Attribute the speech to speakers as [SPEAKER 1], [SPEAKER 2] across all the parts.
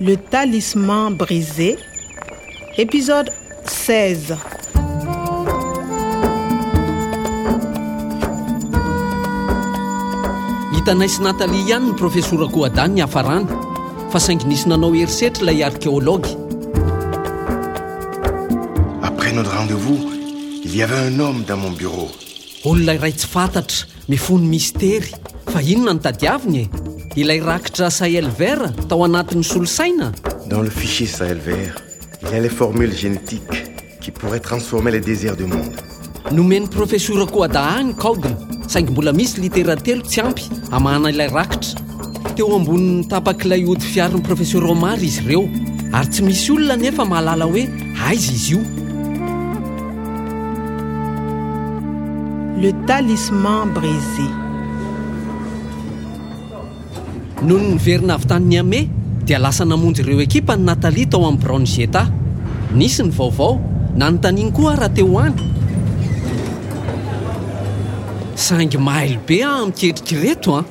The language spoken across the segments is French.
[SPEAKER 1] Le talisman brisé, épisode 16.
[SPEAKER 2] hitanay sy natalia ihany ny profesora koadan ny hafarana fa saingy nisy nanao herisetra ilay archéologue
[SPEAKER 3] Après notre rendez-vous, il y avait un homme dans mon bureau.
[SPEAKER 2] olona iray tsy fantatra mifony mistery fa inona ny tadiaviny e ilay rakitra sahel vera tao anatin'ny solosaina
[SPEAKER 3] Dans le fichier Sahel vert, il y a les formules génétiques qui pourraient transformer les désirs du monde.
[SPEAKER 2] nomeny profesora koadahany kaogina saingy mbola misy litera telo tsy ampy amahana ilay rakitra teo ambonin'ny tapak'ilay ody fiarin'ny profesora omary izy ireo ary tsy misy olona nefa mahalala hoe aiza izy io
[SPEAKER 1] Le talisman brisé.
[SPEAKER 2] noho ny verina avy tanin'ny ame dia lasa namonjy ireo ekipa ny natalia tao amin'ny brown geta nisy ny vaovao na nytaniny koa raha teo any saingy mahailo be ah miketrika reto a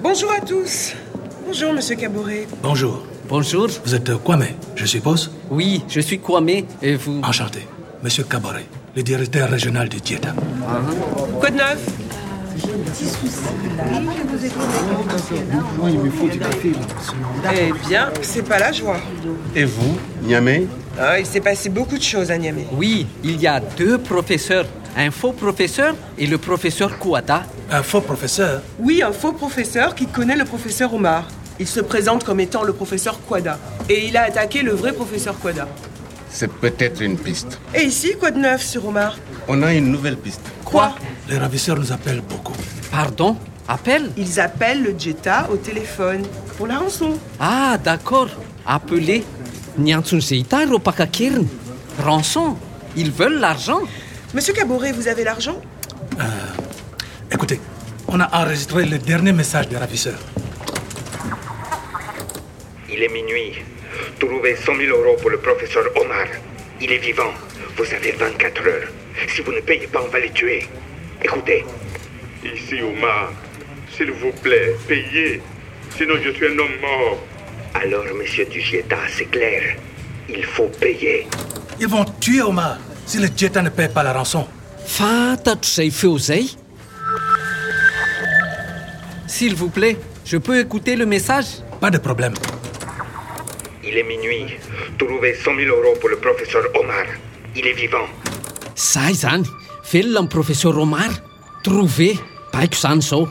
[SPEAKER 4] Bonjour à tous. Bonjour, monsieur Cabouret.
[SPEAKER 5] Bonjour,
[SPEAKER 2] bonjour
[SPEAKER 5] vous êtes euh, Kwame, je suppose
[SPEAKER 2] oui je suis Kwame et vous
[SPEAKER 5] Enchanté. Monsieur Cabaret, le directeur régional du Dieta.
[SPEAKER 4] Code neuf. Eh bien, c'est pas la joie.
[SPEAKER 6] Et vous
[SPEAKER 3] Niamey,
[SPEAKER 4] Ah, il s'est passé beaucoup de choses à Niamey.
[SPEAKER 2] oui il y a deux professeurs un faux professeur et le professeur Kouada
[SPEAKER 5] Un faux professeur
[SPEAKER 4] Oui, un faux professeur qui connaît le professeur Omar. Il se présente comme étant le professeur Quada. Et il a attaqué le vrai professeur Quada.
[SPEAKER 6] C'est peut-être une piste.
[SPEAKER 4] Et ici, quoi de neuf sur Omar
[SPEAKER 6] On a une nouvelle piste.
[SPEAKER 4] Quoi
[SPEAKER 5] Les ravisseurs nous appellent beaucoup.
[SPEAKER 2] pardon appel
[SPEAKER 4] Ils appellent le Jetta au téléphone pour la rançon.
[SPEAKER 2] ah d'accord appelé ny antson'izay hita ireo mpakakeriny rançon ils veulent l'argent
[SPEAKER 4] Monsieur Cabouret, vous avez l'argent
[SPEAKER 5] Écoutez, on a enregistré le dernier message des ravisseurs.
[SPEAKER 7] Il est minuit. Trouvez 100 000 euros pour le professeur Omar. Il est vivant. Vous avez 24 heures. Si vous ne payez pas, on va les tuer. Écoutez.
[SPEAKER 8] Ici, Omar, s'il vous plaît, payez. Sinon, je suis un homme mort.
[SPEAKER 7] Alors, monsieur Dugieta, c'est clair. Il faut payer.
[SPEAKER 5] Ils vont tuer Omar si le Dieta ne paye pas la rançon.
[SPEAKER 2] fantatro izay feo izay s'il vous plaît je peux écouter le message
[SPEAKER 5] Pas de problème.
[SPEAKER 7] Il est minuit. Trouvez 100 000 euros pour le professeur Omar. Il est vivant.
[SPEAKER 2] zay zany velona amin'ny professeur omar trouvé baiko izany izao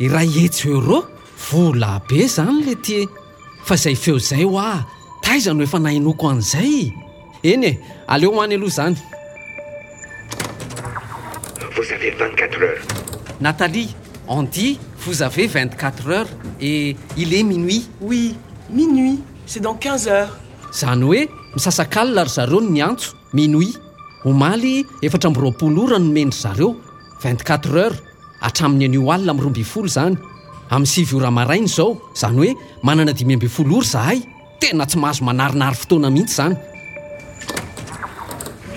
[SPEAKER 2] iray hetsy euro vola be izany le tie fa izay feo izay ho ah taiza no efa nahinoko an'izay eny e aleo ho any aloha izany
[SPEAKER 7] Vous avez 24 heures.
[SPEAKER 2] natalie on dit vous avez 24 heures et il est minuit
[SPEAKER 4] Oui, minuit. C'est dans 15 heures.
[SPEAKER 2] izany hoe misasakalina ry zareo ny antso minuit omaly efatra ambyroapolo ora no mendry zareo 24 heures hatramin'ny anio alina amin'ny roamby folo zany amin'ny sivy ora maraina izao izany hoe manana dimy amby folo ora zahay tena tsy mahazo manarinary fotoana mihitsy zany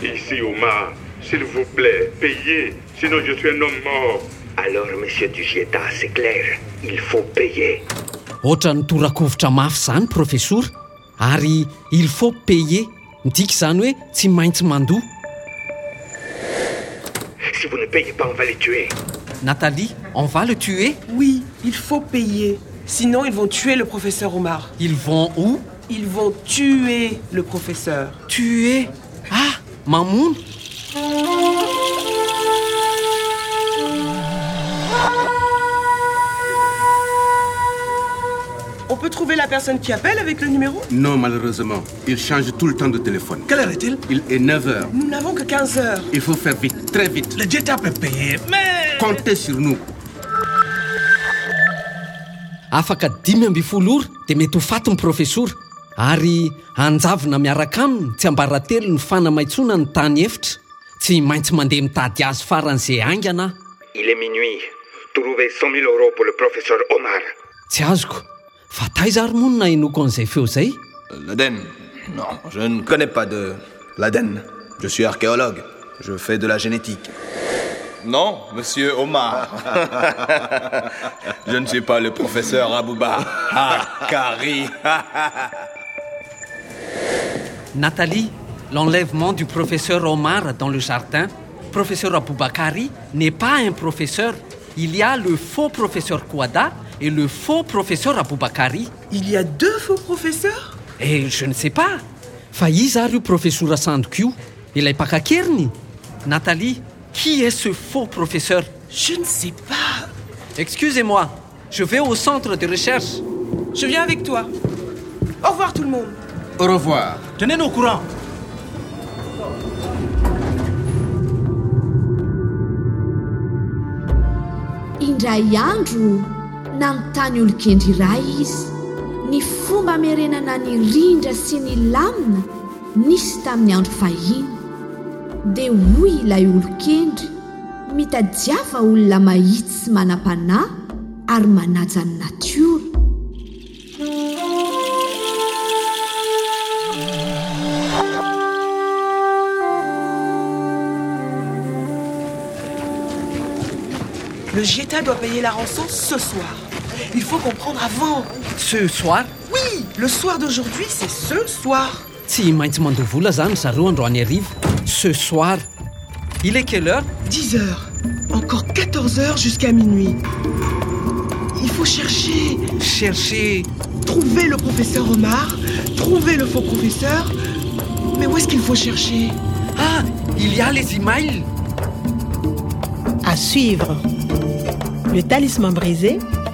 [SPEAKER 8] Ici, Omar, s'il vous plaît, payez. Sinon, je suis un homme mort.
[SPEAKER 7] Alors, monsieur Dugieta, c'est clair. Il faut payer.
[SPEAKER 2] ohatra ny torakovitra mafy izany professora ary il faut payer midika izany hoe tsy maintsy mandoa
[SPEAKER 7] Si vous ne payez pas, on va les tuer.
[SPEAKER 2] natalie on va le tuer
[SPEAKER 4] Oui, il faut payer. Sinon, ils vont tuer le professeur Omar.
[SPEAKER 2] ils vont où
[SPEAKER 4] Ils vont tuer le professeur.
[SPEAKER 2] tuer ah mamono
[SPEAKER 4] On peut trouver la personne qui appelle avec le numéro
[SPEAKER 9] Non, malheureusement. Il change tout le temps de téléphone.
[SPEAKER 5] Quelle heure est-il
[SPEAKER 9] Il est 9h.
[SPEAKER 4] Nous n'avons que 15 heures.
[SPEAKER 9] Il faut faire vite, très vite.
[SPEAKER 5] Le Dieta peut payer, mais...
[SPEAKER 9] Comptez sur nous.
[SPEAKER 2] afaka dimy amby folo ora dia mety ho fatin'ny profesora ary anjavina miaraka aminy tsy ambaratelo ny fanamaintsoana ny tany hevitra tsy maintsy mandeha mitady azy faran'izay aingana aho.
[SPEAKER 7] Il est minuit. Trouvez 100 000 euros pour le professeur Omar.
[SPEAKER 2] tsy azoko fa taiza ary moa no nahinoko an'izay feo izay
[SPEAKER 10] L'Aden Non, je ne connais pas de l'Aden. Je suis archéologue. Je fais de la génétique. Non, monsieur Omar. Je ne suis pas le professeur Abouba. Ah, Kari.
[SPEAKER 2] Nathalie, l'enlèvement du professeur Omar dans le jardin, professeur Aboubakari n'est pas un professeur. Il y a le faux professeur Kouada et le faux professeur Aboubakari.
[SPEAKER 4] Il y a deux faux professeurs
[SPEAKER 2] Et je ne sais pas. Faïzaru professeur Sandkyu, il est pas Kerni. Nathalie, qui est ce faux professeur
[SPEAKER 4] Je ne sais pas.
[SPEAKER 2] Excusez-moi, je vais au centre de recherche.
[SPEAKER 4] Je viens avec toi. Au revoir tout le monde.
[SPEAKER 9] Au revoir.
[SPEAKER 5] Tenez-nous au courant.
[SPEAKER 11] indray andro nanontany olon-kendry iray izy ny fomba amerenana ny rindra sy ny lamina nisy tamin'ny andro fahiny dia hoy ilay olon-kendry mitadiava olona mahitsy sy manam-panahy ary manaja ny natiora
[SPEAKER 4] Le Jeta doit payer la rançon ce soir. Il faut comprendre avant.
[SPEAKER 2] Ce soir,
[SPEAKER 4] Oui, le soir d'aujourd'hui, c'est ce soir.
[SPEAKER 2] tsy maintsy mandovola zany zareo androany arivo. Ce soir, il est quelle heure
[SPEAKER 4] 10 heures. Encore 14 heures jusqu'à minuit. Il faut chercher,
[SPEAKER 2] Cherchez
[SPEAKER 4] trouver le professeur Omar, trouver le faux professeur. Mais où est-ce qu'il faut chercher
[SPEAKER 2] Ah, il y a les emails
[SPEAKER 1] À suivre. Le Talisman brisé,